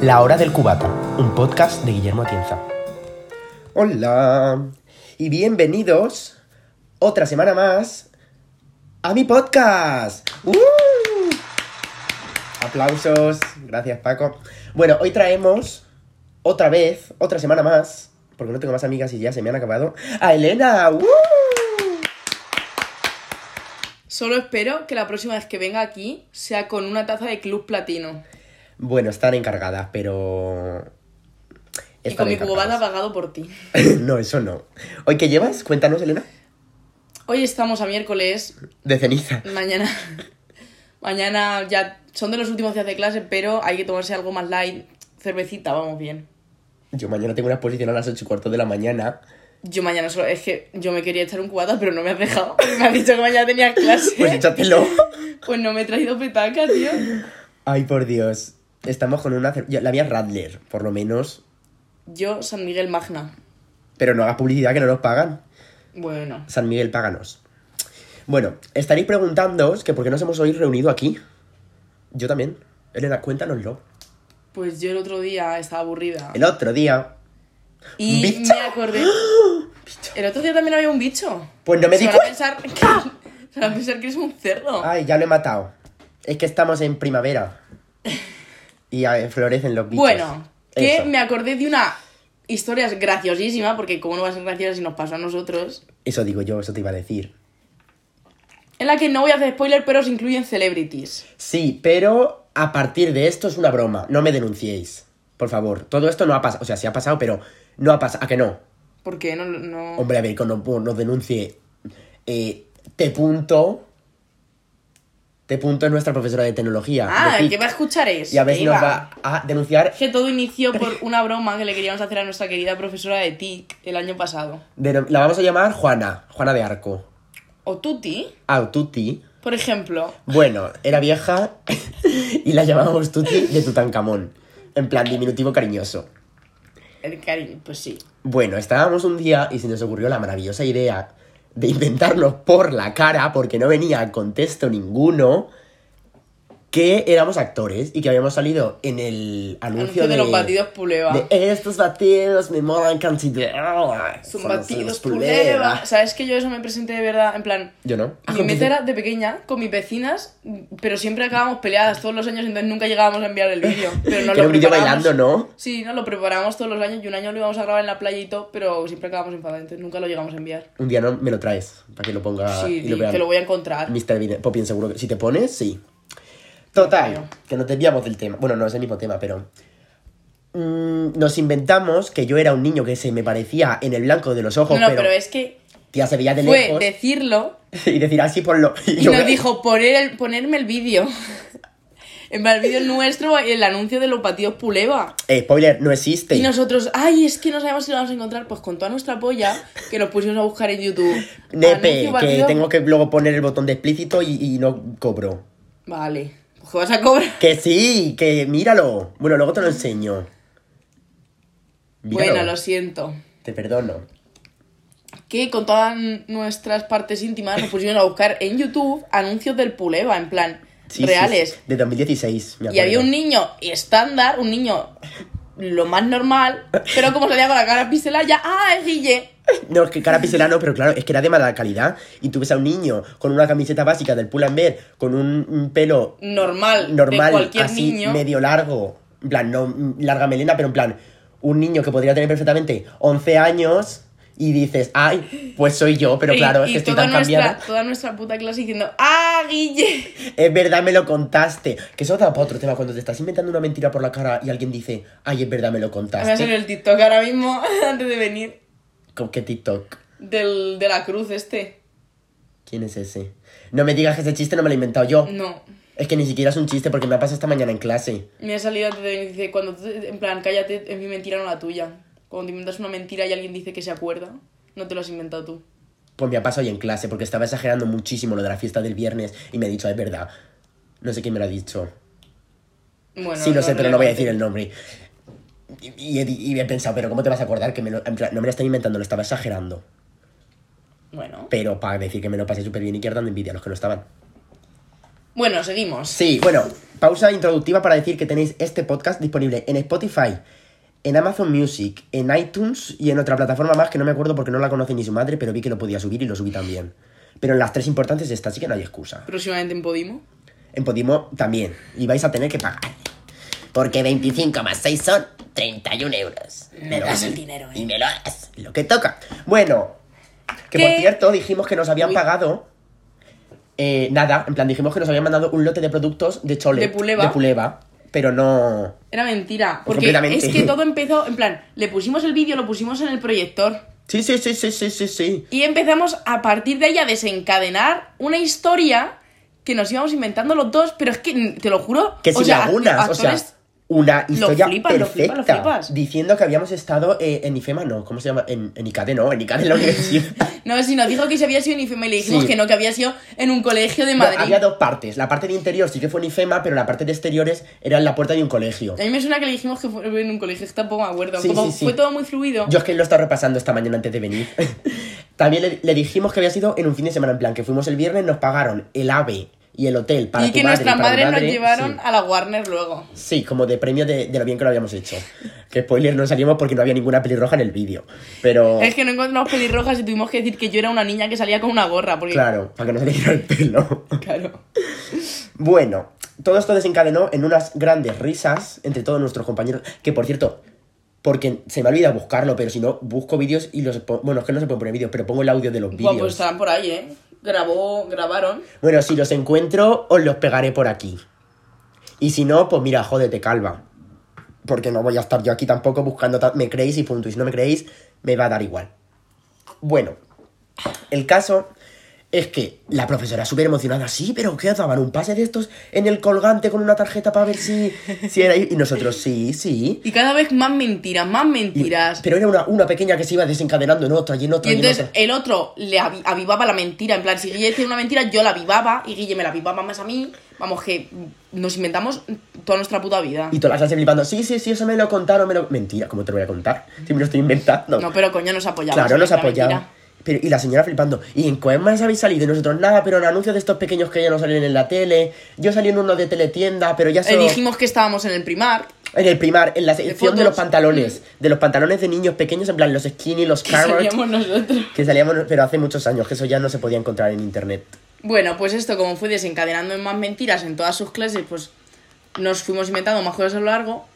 La Hora del Cubata, un podcast de Guillermo Atienza. Hola y bienvenidos otra semana más a mi podcast. ¡Uh! Aplausos, gracias Paco. Bueno, hoy traemos otra vez, otra semana más, porque no tengo más amigas y ya se me han acabado, a Elena. ¡Uh! Solo espero que la próxima vez que venga aquí sea con una taza de club platino. Bueno, están encargadas, pero... y con están mi cubata encargadas. pagado por ti. no, eso no. ¿Hoy qué llevas? Cuéntanos, Elena. Hoy estamos a miércoles, De ceniza. mañana. mañana ya son de los últimos días de clase, pero hay que tomarse algo más light. Cervecita, vamos bien. Yo mañana tengo una exposición a las 8 y cuarto de la mañana. Yo mañana solo. Es que yo me quería echar un cubata, pero no me has dejado. Me has dicho que mañana tenía clase. Pues échatelo. Pues no me he traído petaca, tío. Ay, por Dios. Estamos con una... cer- yo- La mía es Radler, por lo menos. Yo, San Miguel Magna. Pero no hagas publicidad que no nos pagan. Bueno. San Miguel, páganos. Bueno, estaréis preguntándoos que por qué nos hemos hoy reunido aquí. Yo también. Elena, cuéntanoslo. Pues yo el otro día estaba aburrida. El otro día... Y ¿Bicho? me acordé. El otro día también había un bicho. Pues no me se di van a cuenta. ¡Ah! pensar que, se van a pensar que eres un cerdo. Ay, ya lo he matado. Es que estamos en primavera. Y eh, florecen los bichos. bueno, que Eso. me acordé de una historia graciosísima, porque como no va a ser graciosa si nos pasó a nosotros, Eso digo yo, eso te iba a decir. en la que no voy a hacer spoiler, pero se incluyen celebrities. Sí, pero a partir de esto es una broma. No me denunciéis. Por favor. Todo esto no ha pasado. O sea, sí ha pasado, pero no ha pasado. ¿A que no? Porque no, no... Hombre, a ver, que no, no denuncie. Eh, te punto. Te punto es nuestra profesora de tecnología. ah, de el TIC. que va a escuchar es. Y a ver si que nos iba. va a denunciar. Es que todo inició por una broma que le queríamos hacer a nuestra querida profesora de TIC el año pasado. denom- La vamos a llamar Juana. Juana de Arco. O Tuti, Ah, Tuti. por ejemplo. Bueno, era vieja y la llamábamos Tuti de Tutankamón. En plan diminutivo cariñoso. El cariño, pues sí. Bueno, estábamos un día y se nos ocurrió la maravillosa idea de inventarnos por la cara, porque no venía a contexto ninguno, que éramos actores y que habíamos salido en el anuncio, Anuncio de los batidos Puleva. de estos batidos me molan ah, cantidad. Son Son batidos los puleva. ¿Sabes que yo eso me presenté de verdad? En plan, Yo no. Ah, mi con meta tu- era de pequeña con mis vecinas, pero siempre acabábamos peleadas todos los años, entonces nunca llegábamos a enviar el vídeo. Pero no Que era lo un vídeo preparábamos. bailando, ¿no? Sí, no lo preparábamos todos los años y un año lo íbamos a grabar en la playa y todo, pero siempre acabábamos enfadados, entonces nunca lo llegamos a enviar. Un día no me lo traes, para que lo ponga sí, Ah, y di lo vean. que lo voy a encontrar. Mr. Bean, Poppins seguro que... Si te pones, sí. Total, creo. que nos desviamos del tema. Bueno, no es el mismo tema, pero... mm, nos inventamos que yo era un niño que se me parecía en el blanco de los ojos, no, no, pero, pero, es que ya se veía de fue lejos. decirlo Y decir así por lo... y nos dijo poner el, ponerme el vídeo. en plan, el vídeo nuestro, el anuncio de los batidos Puleva. Eh, spoiler, no existe. Y nosotros, ay, es que no sabemos si lo vamos a encontrar. Pues con toda nuestra polla, que nos pusimos a buscar en YouTube. Nepe, Anuncio que batido- tengo que luego poner el botón de explícito y, y no cobro. Vale, pues que vas a cobrar. Que sí, que míralo. Bueno, luego te lo enseño. Míralo. Bueno, lo siento. Te perdono. Que con todas nuestras partes íntimas nos pusieron a buscar en YouTube anuncios del Puleva, en plan, Sí, sí, reales. sí, De 2016, me Y había acuerdo. un niño estándar, un niño lo más normal, pero como salía con la cara pisela, ya, ah, es Guille. No, es que cara pincelano, pero claro, es que era de mala calidad. Y tú ves a un niño con una camiseta básica del Pull&Bear, con un, un pelo Normal, de normal, cualquier así niño. medio largo, en plan, no mm, larga melena, pero en plan, un niño que podría tener perfectamente 11 años y dices, ay, pues soy yo, pero Y- claro, y, es que estoy toda tan nuestra, cambiada. toda nuestra puta clase diciendo, ah, Guille. Es verdad, me lo contaste. Que eso da para otro tema, cuando te estás inventando una mentira por la cara y alguien dice, ay, es verdad, me lo Me ha salido contaste. el TikTok ahora mismo, antes de venir, ¿Con qué TikTok? del, de la cruz este. ¿Quién es ese? No me digas que ese chiste no me lo he inventado yo. No, Es que ni siquiera es un chiste porque me ha pasado esta mañana en clase. me ha salido antes de venir, dice, cuando tú, en plan, cállate, es mi mentira, no la tuya. Cuando te inventas una mentira y alguien dice que se acuerda, no te lo has inventado tú. Pues me ha pasado hoy en clase porque estaba exagerando muchísimo lo de la fiesta del viernes y me ha dicho, "Ah, es verdad. No sé quién me lo ha dicho. Bueno, sí, lo sé, pero no voy a relevante. decir el nombre. Y, y he, di- y he pensado, pero ¿cómo te vas a acordar que me lo... en plan, no me lo estoy inventando, lo estaba exagerando. Bueno, Pero para decir que me lo pasé súper bien y que eran de envidia los que no estaban. Bueno, seguimos. Sí, bueno, pausa introductiva para decir que tenéis este podcast disponible en Spotify, en Amazon Music, en iTunes y en otra plataforma más que no me acuerdo porque no la conoce ni su madre, pero vi que lo podía subir y lo subí también. Pero en las tres importantes está, así que no hay excusa. Próximamente en Podimo. En Podimo también, y vais a tener que pagar. Porque 25 más 6 son 31 euros. Me das el dinero, eh. Y me lo das. Lo que toca. Bueno, que por ¿Qué? cierto dijimos que nos habían Uy. pagado... eh, nada, en plan dijimos que nos habían mandado un lote de productos de chole. De Puleva. De puleva, pero no... Era mentira. Pues Porque completamente. es que todo empezó, en plan, le pusimos el vídeo, lo pusimos en el proyector. Sí, sí, sí, sí, sí, sí, sí. Y empezamos a partir de ahí a desencadenar una historia que nos íbamos inventando los dos, pero es que, mm, te lo juro, Que o sin sea, act- lagunas, o sea, actores- una lo historia flipas, lo perfecta. flipas, lo flipas. Diciendo que habíamos estado eh, en IFEMA, no, ¿cómo se llama? En, en ICADE, no, en ICADE en la universidad. No, si nos dijo que se había sido en IFEMA y le dijimos Sí. que no, que había sido en un colegio de No, Madrid. había dos partes. La parte de interior sí que fue en IFEMA, pero la parte de exteriores era en la puerta de un colegio. A mí me suena que le dijimos que fue en un colegio, es que tampoco me acuerdo. Sí, Como sí, sí. fue todo muy fluido. Yo es que lo estaba repasando esta mañana antes de venir. También le, le dijimos que había sido en un fin de semana, en plan, que fuimos el viernes, nos pagaron el AVE y el hotel para y tu que madre nuestras para mi madres madre, nos llevaron sí. a la Warner luego. Sí, como de premio de, de lo bien que lo habíamos hecho. Que spoiler, no salimos porque no había ninguna pelirroja en el vídeo. Pero. Es que no encontramos pelirrojas y tuvimos que decir que yo era una niña que salía con una gorra. Porque, Claro, para que no se le diera el pelo. claro. bueno, todo esto desencadenó en unas grandes risas entre todos nuestros compañeros. Que por cierto, porque se me ha olvidado buscarlo, pero si no, busco vídeos y los. po- Bueno, es que no se pueden poner vídeos, pero pongo el audio de los Buah, pues vídeos. estarán por ahí, ¿eh? Grabó, grabaron. Bueno, si los encuentro, os los pegaré por aquí. Y si no, pues mira, jódete, calva. Porque no voy a estar yo aquí tampoco buscando. ta- Me creéis y punto. Y si no me creéis, me va a dar igual. Bueno, el caso es que la profesora súper emocionada, sí, pero ¿qué daban? ¿Un pase de estos en el colgante con una tarjeta para ver si, si era? Y nosotros, sí, sí. Y cada vez más mentiras, más Y- mentiras. pero era una, una pequeña que se iba desencadenando en otra y en otra Y y, en entonces otra. el otro le avi- avivaba la mentira. En plan, si Guille decía una mentira, yo la avivaba y Guille me la avivaba más a mí. Vamos, que nos inventamos toda nuestra puta vida. Y toda la clase flipando, sí, sí, sí, eso me lo contaron, me lo... Mentira, ¿cómo te lo voy a contar? Si me lo estoy inventando. No, pero coño, nos apoyaba. Claro, nos apoyaban. Pero, y la señora flipando. ¿Y en cuál más habéis salido? Y nosotros, nada, pero en anuncios de estos pequeños que ya no salen en la tele. Yo salí en uno de teletienda, pero ya Le son... dijimos que estábamos en el primar. En el primar, en la sección de, fotos. los pantalones. De los pantalones de niños pequeños, en plan los skinny, los Que carrot. salíamos nosotros. Que salíamos, pero hace muchos años, que eso ya no se podía encontrar en internet. Bueno, pues esto, como fue desencadenando en más mentiras en todas sus clases, pues nos fuimos inventando más cosas a lo largo.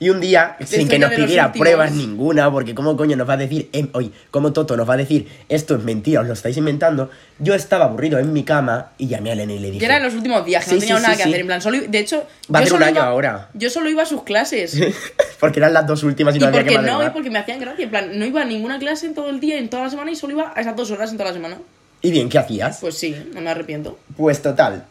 Y un día, sin esto que ya nos de los pidiera últimos. pruebas ninguna, porque cómo coño nos va a decir, em, oye, cómo Toto nos va a decir, esto es mentira, os lo estáis inventando, yo estaba aburrido en mi cama y llamé a Elena y le dije... Ya eran los últimos días, que Sí, no teníamos sí, nada sí, que sí. hacer. En plan, solo, i- de hecho, Va a yo hacer un solo año iba- ahora. Yo solo iba a sus clases. porque eran las dos últimas y Y no había que porque no, madrugar. y porque me hacían gracia. En plan, no iba a ninguna clase en todo el día, en toda la semana, y solo iba a esas dos horas en toda la semana. ¿Y bien, qué hacías? Pues sí, no me arrepiento. Pues total,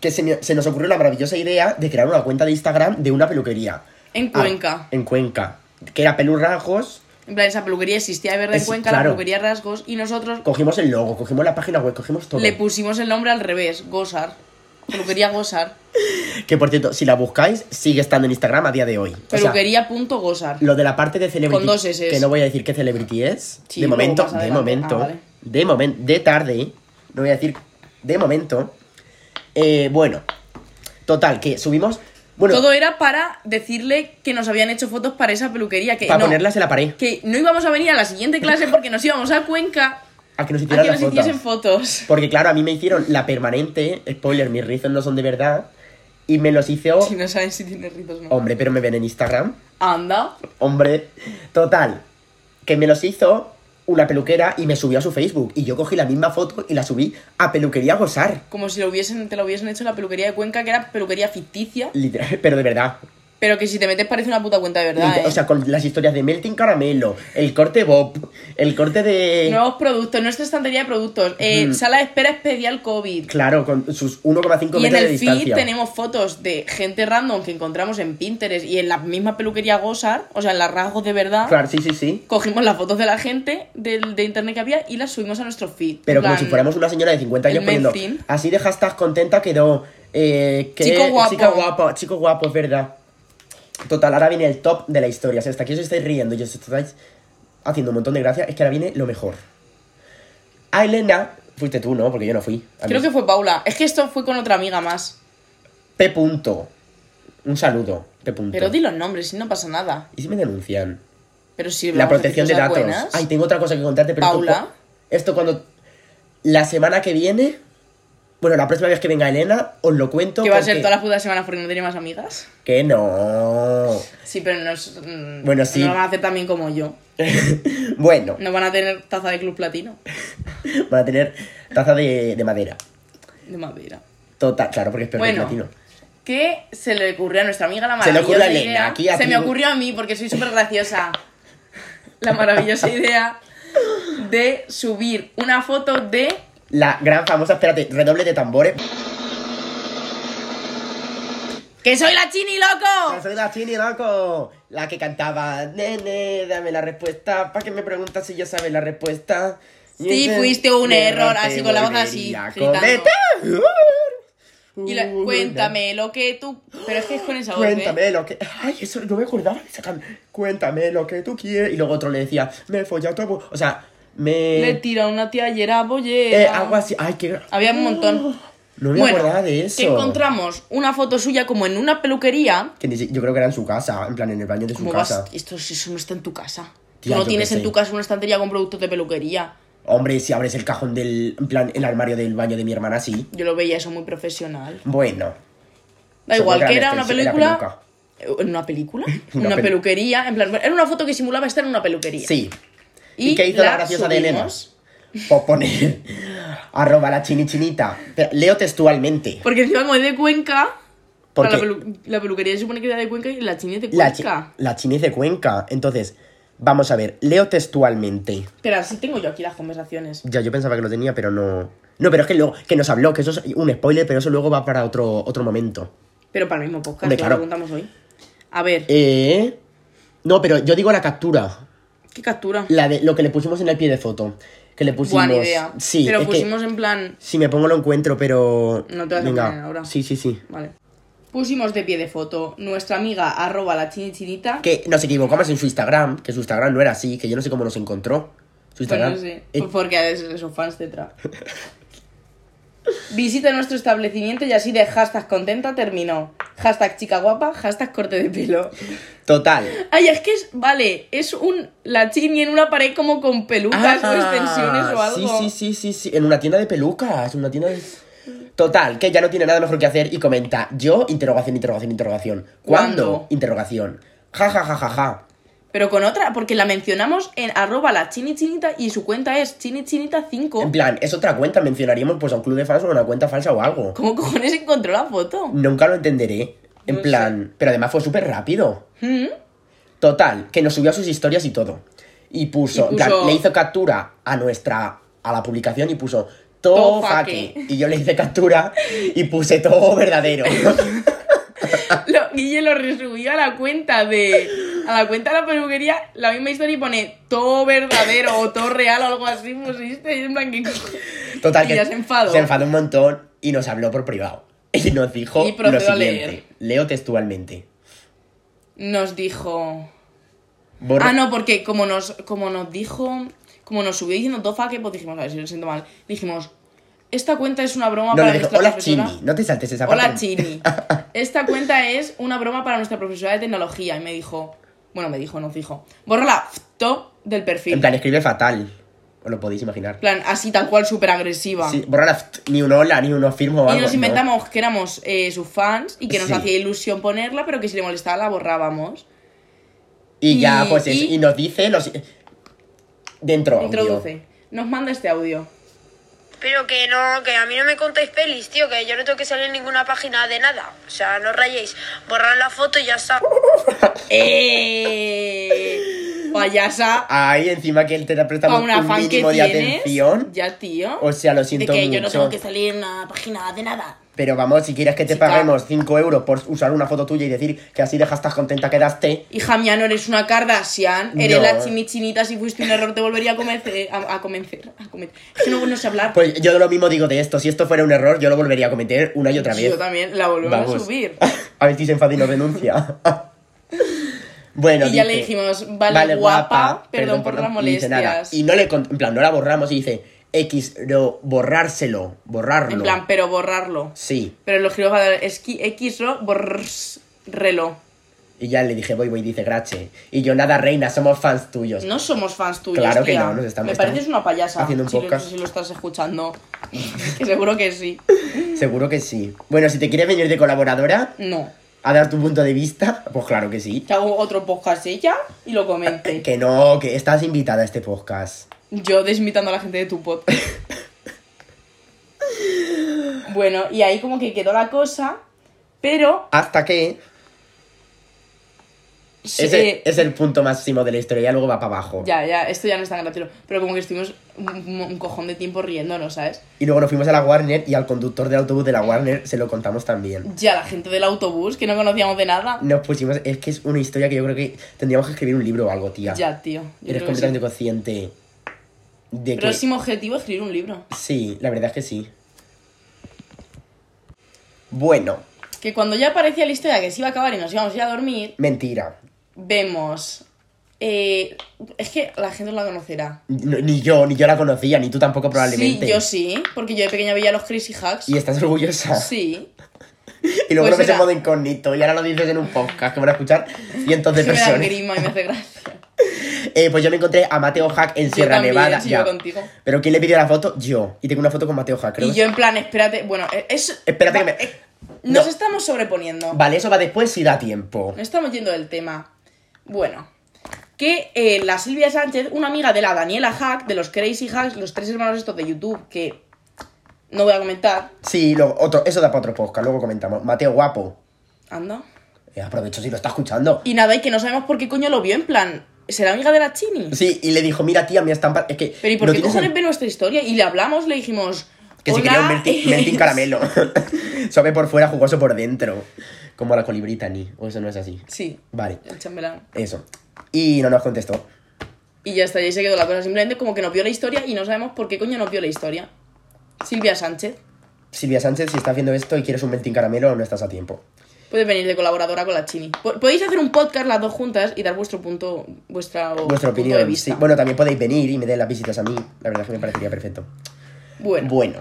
que se, me- se nos ocurrió la maravillosa idea de crear una cuenta de Instagram de una peluquería. En Ah, Cuenca. en Cuenca. Que era pelurrajos, En plan, esa peluquería existía de verdad Es- en Cuenca, claro. la peluquería Rasgos, y nosotros cogimos el logo, cogimos la página web, cogimos todo. le pusimos el nombre al revés, Gosar. Peluquería Gosar. Que por cierto, si la buscáis, sigue estando en Instagram a día de hoy. O sea, Peluquería.gosar. Lo de la parte de celebrity. Con dos Ss. Que no voy a decir qué celebrity es. Sí, de luego momento, más de adelante. momento. Ah, vale. De momento. De tarde. No voy a decir. De momento. Eh, bueno. Total, que subimos. Bueno, Todo era para decirle que nos habían hecho fotos para esa peluquería. Que para no, ponerlas en la pared. que no íbamos a venir a la siguiente clase porque nos íbamos a Cuenca A que nos a hicieran que las nos fotos. hiciesen fotos. Porque claro, a mí me hicieron la permanente. Spoiler, mis rizos no son de verdad. Y me los hizo. Si no saben si tiene rizos o no. Hombre, pero me ven en Instagram. Anda. Hombre, total, que me los hizo una peluquera y me subió a su Facebook. Y yo cogí la misma foto y la subí a Peluquería Gozar. Como si lo hubiesen, te lo hubiesen hecho en la peluquería de Cuenca, que era peluquería ficticia, Literal, pero de verdad. pero que si te metes parece una puta cuenta de verdad, Liter- ¿eh? O sea, con las historias de Melting Caramelo, el corte Bob, el corte de... Nuevos productos, nuestra estantería de productos, eh, sala de espera especial COVID. Claro, con sus 1,5 Y en metros de el feed distancia. tenemos fotos de gente random que encontramos en Pinterest y en la misma peluquería Gozar, o sea, en las rasgos de verdad. Claro, sí, sí, sí. Cogimos las fotos de la gente del, de internet que había y las subimos a nuestro feed. Pero En como plan, si fuéramos una señora de 50 el años poniendo... Melting. Así de hashtag contenta quedó... Eh, que- Chico guapo. Chica guapo, chico guapo, es verdad. Total, ahora viene el top de la historia. O sea, hasta aquí os estáis riendo y os estáis haciendo un montón de gracia. Es que ahora viene lo mejor. A Elena Fuiste tú, ¿no? Porque yo no fui. A mí Creo que fue Paula. Es que esto fue con otra amiga más. P. Punto. Un saludo. P. Punto. Pero di los nombres, si no pasa nada. ¿Y si me denuncian? Pero si la vamos a protección de decir datos. cosas buenas. Ay, tengo otra cosa que contarte, pero esto Paula. cu- Esto, cuando. La semana que viene. Bueno, la próxima vez que venga Elena, os lo cuento. que va a porque- ser todas las putas semanas porque no tiene más amigas. Que no. Sí, pero no es. mm, Bueno, sí. No lo van a hacer también como yo. Bueno, No van a tener taza de club platino. van a tener taza de, de madera. De madera. Total, claro, porque es perfecto Bueno, latino. ¿Qué se le ocurrió a nuestra amiga la Se le maravillosa ocurre a Elena, idea? aquí, aquí. Se me ocurrió a mí porque soy súper graciosa. La maravillosa idea de subir una foto de La gran famosa, espérate, redoble de tambores. ¡Que soy la chini, Yo loco! Soy la chini, loco. La que cantaba, nene, dame la respuesta. ¿Para que me preguntas si yo sabes la respuesta? Sí, Ese fuiste un error, te así con la voz así, volvería a gritando. cometer. Y la- cuéntame lo que tú... Pero es que es con esa voz, ¿eh? Cuéntame lo que. Ay, eso no me acordaba de esa can- Cuéntame lo que tú quieres. Y luego otro le decía, me he follado tu abu- O sea, me. Le tira una tía ayer a bollera. eh, algo así. Ay, qué. Había un montón. No me acordaba de eso. que encontramos una foto suya como en una peluquería. Que ni si- yo creo que era en su casa, en plan, en el baño de su ¿Cómo casa. vas? Esto, eso no está en tu casa. Tía, Tú yo no qué tienes en sé. tu casa una estantería con productos de peluquería. Hombre, si abres el cajón del. En plan, el armario del baño de mi hermana, sí. Yo lo veía eso muy profesional. Bueno, Da Supongo igual, que que era era una anestesia, era película... Eh, ¿En una película? Una Una, pelu- peluquería. En plan, era una foto que simulaba estar en una peluquería. sí. ¿Y, qué hizo la, graciosa de Elena? subimos. Pues poner arroba la chinichinita. Pero leo textualmente. Porque encima como es de Cuenca... Porque- o sea, la, pelu- la peluquería se supone que era de Cuenca y la chini es de La, Cuenca. chi- la chini es de Cuenca. Entonces, vamos a ver, leo textualmente. Espera, sí tengo yo aquí las conversaciones. Ya, yo pensaba que lo tenía, pero no. No, pero es que luego, que nos habló, que eso es un spoiler, pero eso luego va para otro, otro momento. Pero para el mismo podcast, Hombre, que lo claro. preguntamos hoy. A ver, Eh. No, pero yo digo la captura. ¿qué captura? La de lo que le pusimos en el pie de foto. Que le pusimos. Buena idea. Sí, Pero es que pusimos en plan... si me pongo lo encuentro, pero. No te vas a poner ahora. Sí, sí, sí. Vale. Pusimos de pie de foto nuestra amiga arroba la pues chinichinita. Que nos equivocamos en su Instagram, que su Instagram no era así, que yo no sé cómo nos encontró. Su Instagram. Bueno, sí, Eh, pues porque es- son fans de Trap. Visita nuestro establecimiento y así de hashtag contenta terminó. Hashtag chica guapa, hashtag corte de pelo. total. Ay, es que es, vale, es un la chini en una pared como con pelucas o extensiones o Ah, algo. Sí, sí, sí, sí, sí. En una tienda de pelucas, en una tienda de. Total, que ya no tiene nada mejor que hacer y comenta. Yo, interrogación, interrogación, interrogación. ¿Cuándo? ¿Cuándo? Interrogación. Ja, ja, ja, ja, ja. Pero con otra, porque la mencionamos en arroba la chinichinita y su cuenta es chinichinita5. En plan, es otra cuenta, mencionaríamos pues a un club de fans o una cuenta falsa o algo. ¿Cómo cojones encontró la foto? Nunca lo entenderé. En No plan, pero además fue súper rápido. ¿Mm? Total, que nos subió a sus historias y todo. Y puso, Y en plan, puso- le hizo captura a nuestra, a la publicación y puso todo Todo faque". faque. Y yo le hice captura y puse todo verdadero. Lo, Guille lo resubió a la cuenta de. A la cuenta de la peluquería, la misma historia y pone todo verdadero o todo real o algo así, pusiste. Y en plan que. Total, Y que ya se enfadó. se enfadó un montón y nos habló por privado. Y nos dijo Y lo procedo a siguiente. leer. Leo textualmente. Nos dijo. Borra- Ah, no, porque como nos, como nos dijo. Como nos subió diciendo todo faque, pues dijimos, a ver si lo siento mal. Dijimos, esta cuenta es una broma No, para le dijo, nuestra hola profesora. Chini, no te saltes esa Hola parte. Chini. Esta cuenta es una broma para nuestra profesora de tecnología. Y me dijo. Bueno, me dijo, nos dijo. Borra la foto del perfil. En plan, escribe fatal. Os lo podéis imaginar. En plan, así tal cual, súper agresiva. Sí, borra la- ni un hola, ni uno firmo o algo. Y nos no. inventamos que éramos eh, sus fans y que nos Sí. hacía ilusión ponerla, pero que si le molestaba la borrábamos. Y ya, Y- pues es- y- y nos dice los... Dentro. audio. Introduce. Nos manda este audio. Pero que no, que a mí no me contáis pelis, tío, que yo no tengo que salir en ninguna página de nada. O sea, no rayéis, borrar la foto y ya está. ¡Eh! Payasa. Ahí encima que él te presta Para Ah, un una fan que mínimo de tienes. atención. Ya, tío. O sea, lo de siento que yo no mucho. tengo que salir en una página de nada. Pero vamos, si quieres que te Chica. paguemos 5 euros por usar una foto tuya y decir que así dejas tan contenta quedaste, Hija mía, no eres una Kardashian. Eres No. la chimichinita. Si fuiste un error, te volvería a convencer. A, a convencer. A conven- Es que no, no sé hablar. pues yo lo mismo digo de esto. Si esto fuera un error, yo lo volvería a cometer una y otra vez. Yo también la volvemos a Vamos. subir. a ver si se enfada y nos denuncia. bueno, Y ya dice, le dijimos, "Vale, guapa, perdón por las y dice nada. molestias". Y no le, con- en plan, no la borramos y dice, X, no, borrárselo, borrarlo. En plan, pero borrarlo. Sí. Pero los giros va a dar esqui, X, ro, borrs, reloj. Y ya le dije, voy, voy, dice Grache. Y yo, nada, reina, somos fans tuyos. No somos fans tuyos. Claro que tía. no, nos estamos- Me pareces estamos una payasa. haciendo un si lo- podcast. si lo estás escuchando. que seguro que sí. Seguro que sí. Bueno, si te quieres venir de colaboradora No. a dar tu punto de vista, pues claro que sí. Te hago otro podcast ella y lo comente. Que no, que estás invitada a este podcast. Yo desmitando a la gente de tu podcast. bueno, y ahí como que quedó la cosa, pero... Hasta que ese eh, es el punto máximo de la historia, ya luego va para abajo. Ya, ya, esto ya no es tan gracioso. Pero como que estuvimos un, un- un cojón de tiempo riéndonos, ¿sabes? Y luego nos fuimos a la Warner y al conductor del autobús de la Warner se lo contamos también. Ya, la gente del autobús, que no conocíamos de nada. Nos pusimos, es que es una historia que yo creo que tendríamos que escribir un libro o algo, tía. Ya, tío. yo Eres creo que completamente sí. consciente de que... Próximo objetivo, escribir un libro. Sí, la verdad es que sí. Bueno, Que cuando ya parecía la historia que se iba a acabar y nos íbamos a ir a dormir, mentira. vemos... eh, es que la gente no la conocerá. No, ni yo, ni yo la conocía, ni tú tampoco probablemente. Sí, yo sí, porque yo de pequeña veía los Crazy Hacks. Y estás orgullosa. Sí. Y luego Pues lo ves en era- modo incógnito y ahora lo dices en un podcast que van a escuchar cientos de Es que me da personas. grima y me hace gracia. Eh, pues yo me encontré a Mateo Hack en Yo Sierra también, Nevada. si ya. yo contigo. Pero ¿quién le pidió la foto? Yo. Y tengo una foto con Mateo Hack, creo. Y que- yo en plan, espérate, bueno, eh, es... Espérate que me- eh, Nos No. estamos sobreponiendo. Vale, eso va después si da tiempo. No estamos yendo del tema. Bueno, que eh, la Silvia Sánchez, una amiga de la Daniela Hack, de los Crazy Hacks, los tres hermanos estos de YouTube, que no voy a comentar, Sí, luego, otro, eso da para otro podcast, luego comentamos. Mateo Guapo. anda. Eh, aprovecho si lo está escuchando. Y nada, y que no sabemos por qué coño lo vio, en plan, ¿será amiga de la Chini? Sí, y le dijo, mira tía, mi estampa... Es que... Pero ¿y por no qué tienes- cojones ve nuestra historia? Y le hablamos, le dijimos... Que si "Hola, quería un melting, eh, melting caramelo. Suave por fuera, jugoso por dentro. Como la colibrita, ni. O eso no es así. Sí, Vale, el chambelán. eso. Y no nos contestó. Y ya está, y ahí se quedó la cosa. Simplemente como que nos vio la historia y no sabemos por qué coño nos vio la historia. Silvia Sánchez. Silvia Sánchez, si estás viendo esto y quieres un melting caramelo, no estás a tiempo. Puedes venir de colaboradora con la Chini. Po- Podéis hacer un podcast las dos juntas y dar vuestro punto, vuestra o- Vuestra punto opinión. de vista. sí. Bueno, también podéis venir y me den las visitas a mí. La verdad es que me parecería perfecto. Bueno, Bueno,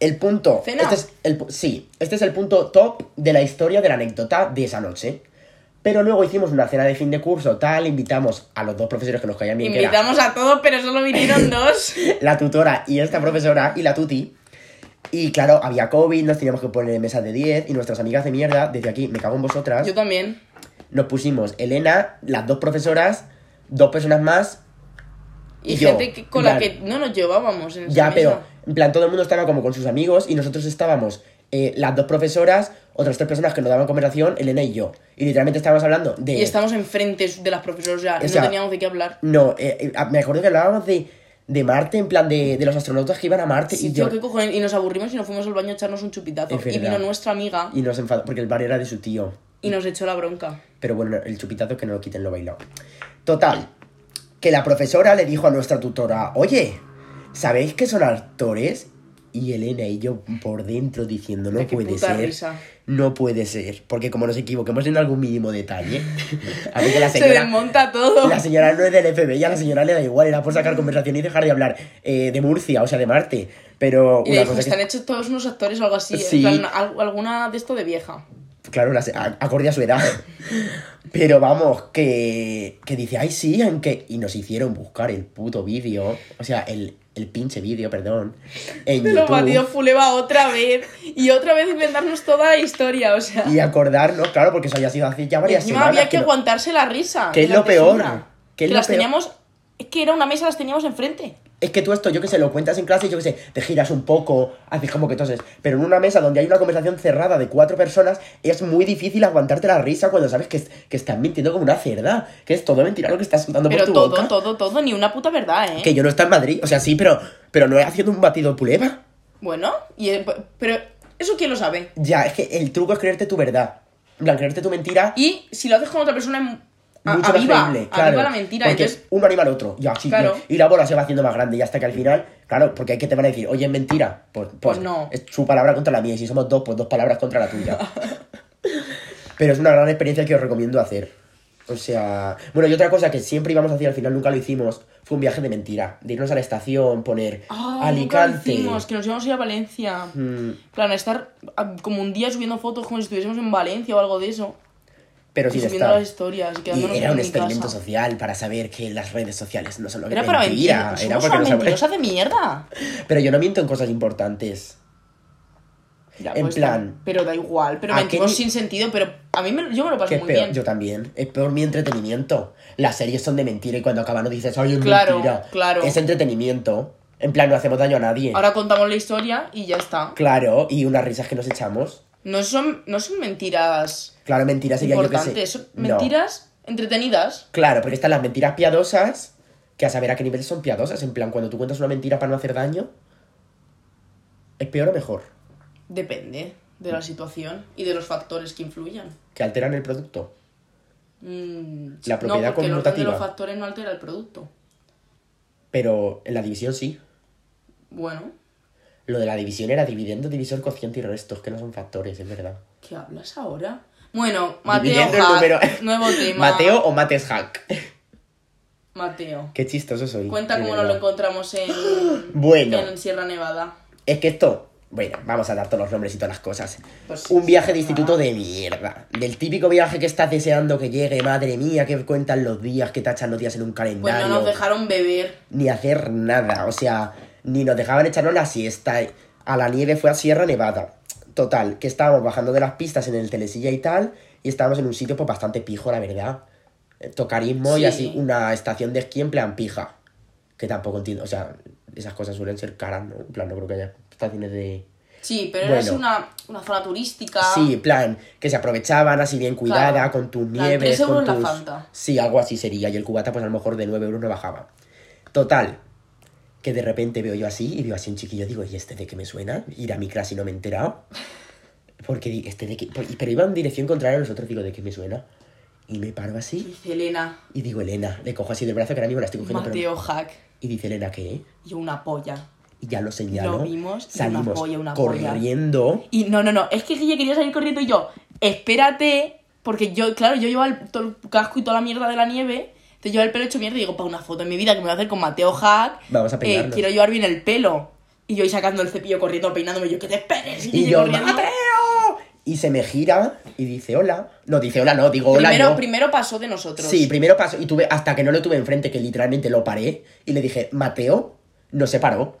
el punto. Cena. Este es el, pu- sí, este es el punto top de la historia de la anécdota de esa noche. Pero luego hicimos una cena de fin de curso, tal, invitamos a los dos profesores que nos caían bien. que era- invitamos a todos, pero solo vinieron dos. la tutora y esta profesora y la tuti. Y claro, había COVID, nos teníamos que poner en mesas de 10 y nuestras amigas de mierda, desde aquí, me cago en vosotras, Yo también. nos pusimos Elena, las dos profesoras, dos personas más. Y, Y yo, gente que- con la claro. que no nos llevábamos en esa ya, mesa. pero en plan todo el mundo estaba como con sus amigos y nosotros estábamos eh, las dos profesoras, otras tres personas que nos daban conversación, Elena y yo. Y literalmente estábamos hablando de... Y estamos enfrente de las profesoras, ya, eh, O sea, no teníamos de qué hablar. No, eh, eh, me acuerdo que hablábamos de, de Marte, en plan de, de los astronautas que iban a Marte Sí, y tío, yo... ¿qué cojones? Y nos aburrimos y nos fuimos al baño a echarnos un chupitazo. Es Y verdad. vino nuestra amiga Y nos enfadó, porque el bar era de su tío. y nos echó la bronca. Pero bueno, el chupitazo que no lo quiten lo bailado. Total, que la profesora le dijo a nuestra tutora, oye, ¿sabéis que son actores? Y Elena y yo por dentro diciendo, no Qué puede puta ser. risa. No puede ser. Porque como nos equivoquemos en algún mínimo detalle, a ver que la Se señora... desmonta todo. La señora no es del FBI, a la señora le da igual, era por Mm. sacar conversación y dejar de hablar eh, de Murcia, o sea, de Marte. Pero Y le una dijo, "Pues cosa están que... hechos todos unos actores o algo así. en Sí. plan, al- alguna de esto de vieja. Claro, la se- a- acorde a su edad. Pero vamos, que, que dice, ay, sí, aunque. Y nos hicieron buscar el puto vídeo, o sea, el, el pinche vídeo, perdón, en De los batidos YouTube. Fuleva otra vez. Y otra vez inventarnos toda la historia, o sea. Y acordarnos, claro, porque eso había sido hace ya Y varias encima semanas. había que no- aguantarse la risa. Que es la lo peor, tesura. que Que, es lo las peor. teníamos. Es que era una mesa, las teníamos enfrente. Es que tú esto, yo que sé, lo cuentas en clase, y yo que sé, te giras un poco, haces como que toses. Pero en una mesa donde hay una conversación cerrada de cuatro personas, es muy difícil aguantarte la risa cuando sabes que, es- que estás mintiendo como una cerda. Que es todo mentira lo que estás soltando Pero por tu todo, boca. todo, todo, ni una puta verdad, ¿eh? Que yo no está en Madrid, o sea, sí, pero, pero no es haciendo un batido puleva. Bueno, y, eh, pero eso quién lo sabe. Ya, es que el truco es creerte tu verdad. En plan, creerte tu mentira. Y si lo haces con otra persona, mm, a- mucho más aviva, creíble, aviva la mentira. Porque Entonces, uno anima al otro. Y así, Claro. Y la bola se va haciendo más grande. Y hasta que al final, claro, porque hay que te van a decir, oye, es mentira. Pues, pues, Pues no. Es su palabra contra la mía. Y si somos dos, pues dos palabras contra la tuya. Pero es una gran experiencia que os recomiendo hacer. O sea, bueno, y otra cosa que siempre íbamos a hacer, al final nunca lo hicimos, fue un viaje de mentira. De irnos a la estación, poner Ah, nunca lo Alicante. hicimos, que nos íbamos a ir a Valencia. Mm, Claro, estar ah, como un día subiendo fotos como si estuviésemos en Valencia o algo de eso. pero Y sin subiendo estar. las historias y Y quedándonos era en un mi experimento casa. social para saber que las redes sociales no son lo que Era para mentir. mentira, Somos era una porque nos- mentirosa de mierda. Pero yo no miento en cosas importantes. Ya, En pues, plan- Pero da igual, pero ¿A qué mentimos ni- sin sentido, pero a mí me, yo me lo paso Que es Pues muy peor, bien. yo también. Es peor mi entretenimiento. Las series son de mentira y cuando acaban no dices, ay, es Claro, mentira. claro. Es entretenimiento. En plan, no hacemos daño a nadie. Ahora contamos la historia y ya está. Claro, y unas risas que nos echamos. No son, no son mentiras Claro, mentiras sería yo que sé. importantes, son No. mentiras entretenidas. Claro, porque están las mentiras piadosas, que a saber a qué nivel son piadosas. En plan, cuando tú cuentas una mentira para no hacer daño, es peor o mejor. Depende de la situación y de los factores que influyan. Que alteran el producto. Mm, La propiedad no, porque el orden de conmutativa. los factores no altera el producto. Pero en la división sí. Bueno, Lo de la división era dividendo, divisor, cociente y restos, que no son factores, es verdad. ¿qué hablas ahora? Bueno, Mateo Dividiendo el Hack, número- nuevo tema. Mateo o Mates Hack. Mateo. Qué chistoso soy. Cuenta de cómo nos lo verdad. encontramos en, Bueno. en Sierra Nevada. Es que esto, bueno, vamos a dar todos los nombres y todas las cosas. Pues sí, un viaje de sí, instituto de mierda. Del típico viaje que estás deseando que llegue, madre mía, que cuentan los días, que tachan los días en un Pues calendario. no nos dejaron beber. Ni hacer nada, o sea, ni nos dejaban echarnos la siesta. A la nieve fue a Sierra Nevada. Total, que estábamos bajando de las pistas en el telesilla y tal, y estábamos en un sitio pues bastante pijo, la verdad. Eh, Tocarismo y Sí. así, una estación de esquí en plan pija. Que tampoco entiendo, o sea, esas cosas suelen ser caras, ¿no? En plan, no creo que haya estaciones de... Sí, pero Bueno. era así una, una zona turística. Sí, plan, que se aprovechaban así bien cuidada, Claro. con tus Plan, nieves, tres euros con la tus... Fanta. Sí, algo así sería. Y el cubata, pues a lo mejor de 9 euros no bajaba. Total. Que de repente veo yo así y veo así un chiquillo, digo, ¿y este de qué me suena? Ir a mi clase y no me he enterado. Porque di- este de qué. por- Pero iba en dirección contraria a los otros, digo, ¿de qué me suena? Y me paro así Dice Elena, y digo, Elena, le cojo así del brazo que ahora mismo la estoy cogiendo. pero- Mateo Hack Y dice, Elena, ¿qué? y una polla. Y ya lo señalo. Lo vimos y una Salimos polla, una polla. corriendo. Y no, no, no, es que Guille quería salir corriendo y yo, espérate, porque yo, claro, yo llevaba el, todo el casco y toda la mierda de la nieve, te llevaba el pelo hecho mierda y digo, para una foto en mi vida que me voy a hacer con Mateo Hack, Vamos a eh, peinarnos. quiero llevar bien el pelo. Y yo ahí sacando el cepillo corriendo, peinándome, yo que te esperes, Y Guille yo, corriendo. ¡Mateo! Y se me gira y dice hola. No, dice hola, no, digo hola. Primero, no. primero pasó de nosotros. Sí, primero paso. Y tuve, hasta que no lo tuve enfrente, que literalmente lo paré. Y le dije, Mateo, no se paró.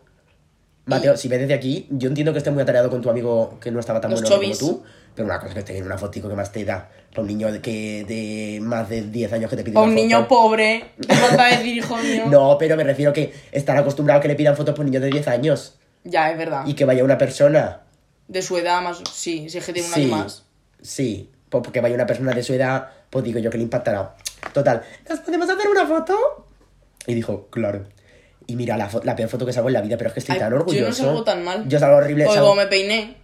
Mateo, si ves desde aquí, yo entiendo que estés muy atareado con tu amigo que no estaba tan Los bueno como chovis. tú. Pero una cosa es que esté en una fotico que más te da. Para un niño de- que de más de 10 años que te pide Pa' una un foto. niño pobre, me falta decir, hijo mío. No, pero me refiero que estar acostumbrado a que le pidan fotos por niños de 10 años. Ya, es verdad. Y que vaya una persona De su edad más, sí, si es que tiene un año más. Sí, pues porque vaya una persona de su edad, pues digo yo que le impactará. Total, ¿nos podemos hacer una foto? Y dijo, claro. Y mira, la, fo- la peor foto que salgo en la vida, pero es que estoy Ay, tan yo no orgulloso. salgo tan mal. Yo salgo horrible. Pues salgo- como me peiné,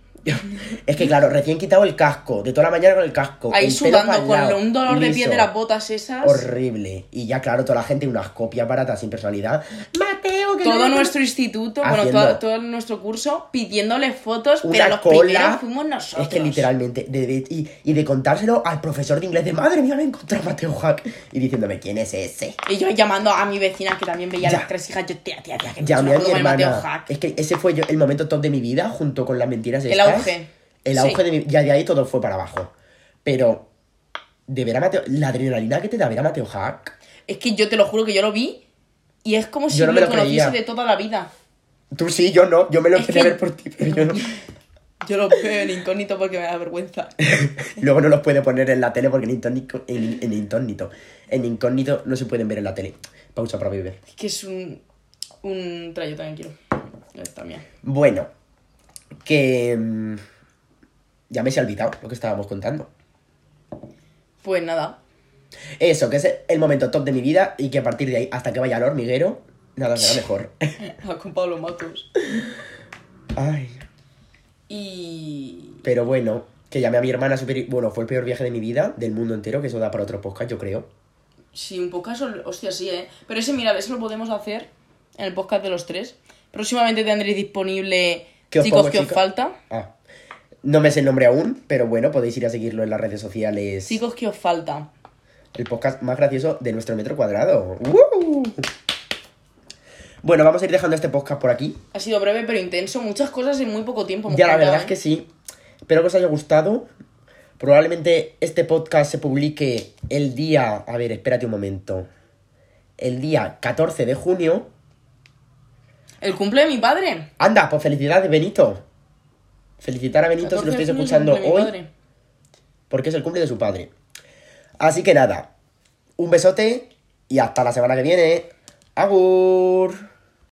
Es que claro, recién quitado el casco, de toda la mañana con el casco. ahí el pelo sudando pa'l lado, con un dolor de liso, piel de las botas esas. Horrible. Y ya claro, toda la gente unas copias baratas sin personalidad. Mateo, que no todo le- nuestro instituto, bueno, Haciendo- todo, todo nuestro curso pidiéndole fotos, Una pero los cola. primeros fuimos nosotros. Es que literalmente, de- de- y, y de contárselo al profesor de inglés de madre mía, me encontré a Mateo Hack. Y diciéndome, ¿quién es ese? Y yo llamando a mi vecina que también veía Ya. las tres hijas, yo tía, tía, tía, que me Llamé a hizo una mi foto con el Mateo hermana. Hack. Es que ese fue yo- el momento top de mi vida, junto con las mentiras El estas. auge. El Sí. auge de mi Ya de ahí todo fue para abajo. Pero, de ver a Mateo. La adrenalina que te da ver a Mateo Hack. Es que yo te lo juro que yo lo vi y es como si Yo no me lo conociese creía. de toda la vida. Tú sí, yo no. Yo me lo Es empecé a que- ver por ti, pero yo no. Yo lo veo en incógnito porque me da vergüenza. Luego no los puede poner en la tele porque en incógnito. En, en incógnito. En incógnito no se pueden ver en la tele. Pausa para beber. Es que es un, un trayo también quiero. Esta mía. Bueno, que. mm, Ya me se ha olvidado lo que estábamos contando. Pues nada. Eso, que es el momento top de mi vida y que a partir de ahí, hasta que vaya al hormiguero, nada será mejor. con Pablo Matos. Ay, Y. pero bueno, que llamé a mi hermana super. Bueno, fue el peor viaje de mi vida, del mundo entero, que eso da para otro podcast, yo creo. Sí, un podcast, sol- hostia, sí, ¿eh? Pero ese, mirad, ese lo podemos hacer en el podcast de los tres. Próximamente tendréis disponible ¿Qué os chicos pongo, que os chica? falta. Ah, no me sé el nombre aún, pero bueno, podéis ir a seguirlo en las redes sociales. Chicos que os falta. El podcast más gracioso de nuestro metro cuadrado. ¡Woo! Bueno, vamos a ir dejando este podcast por aquí. Ha sido breve pero intenso, muchas cosas en muy poco tiempo. hemos Ya, la contado, verdad es ¿eh? que sí. Espero que os haya gustado. Probablemente este podcast se publique el día. A ver, espérate un momento. El día 14 de junio. ¿eh? El cumple de mi padre. Anda, pues felicidades, Benito. Felicitar a Benito si lo 14 de estáis junio es el escuchando cumple de mi hoy, padre. porque es el cumple de su padre. Así que nada, un besote y hasta la semana que viene. Agur.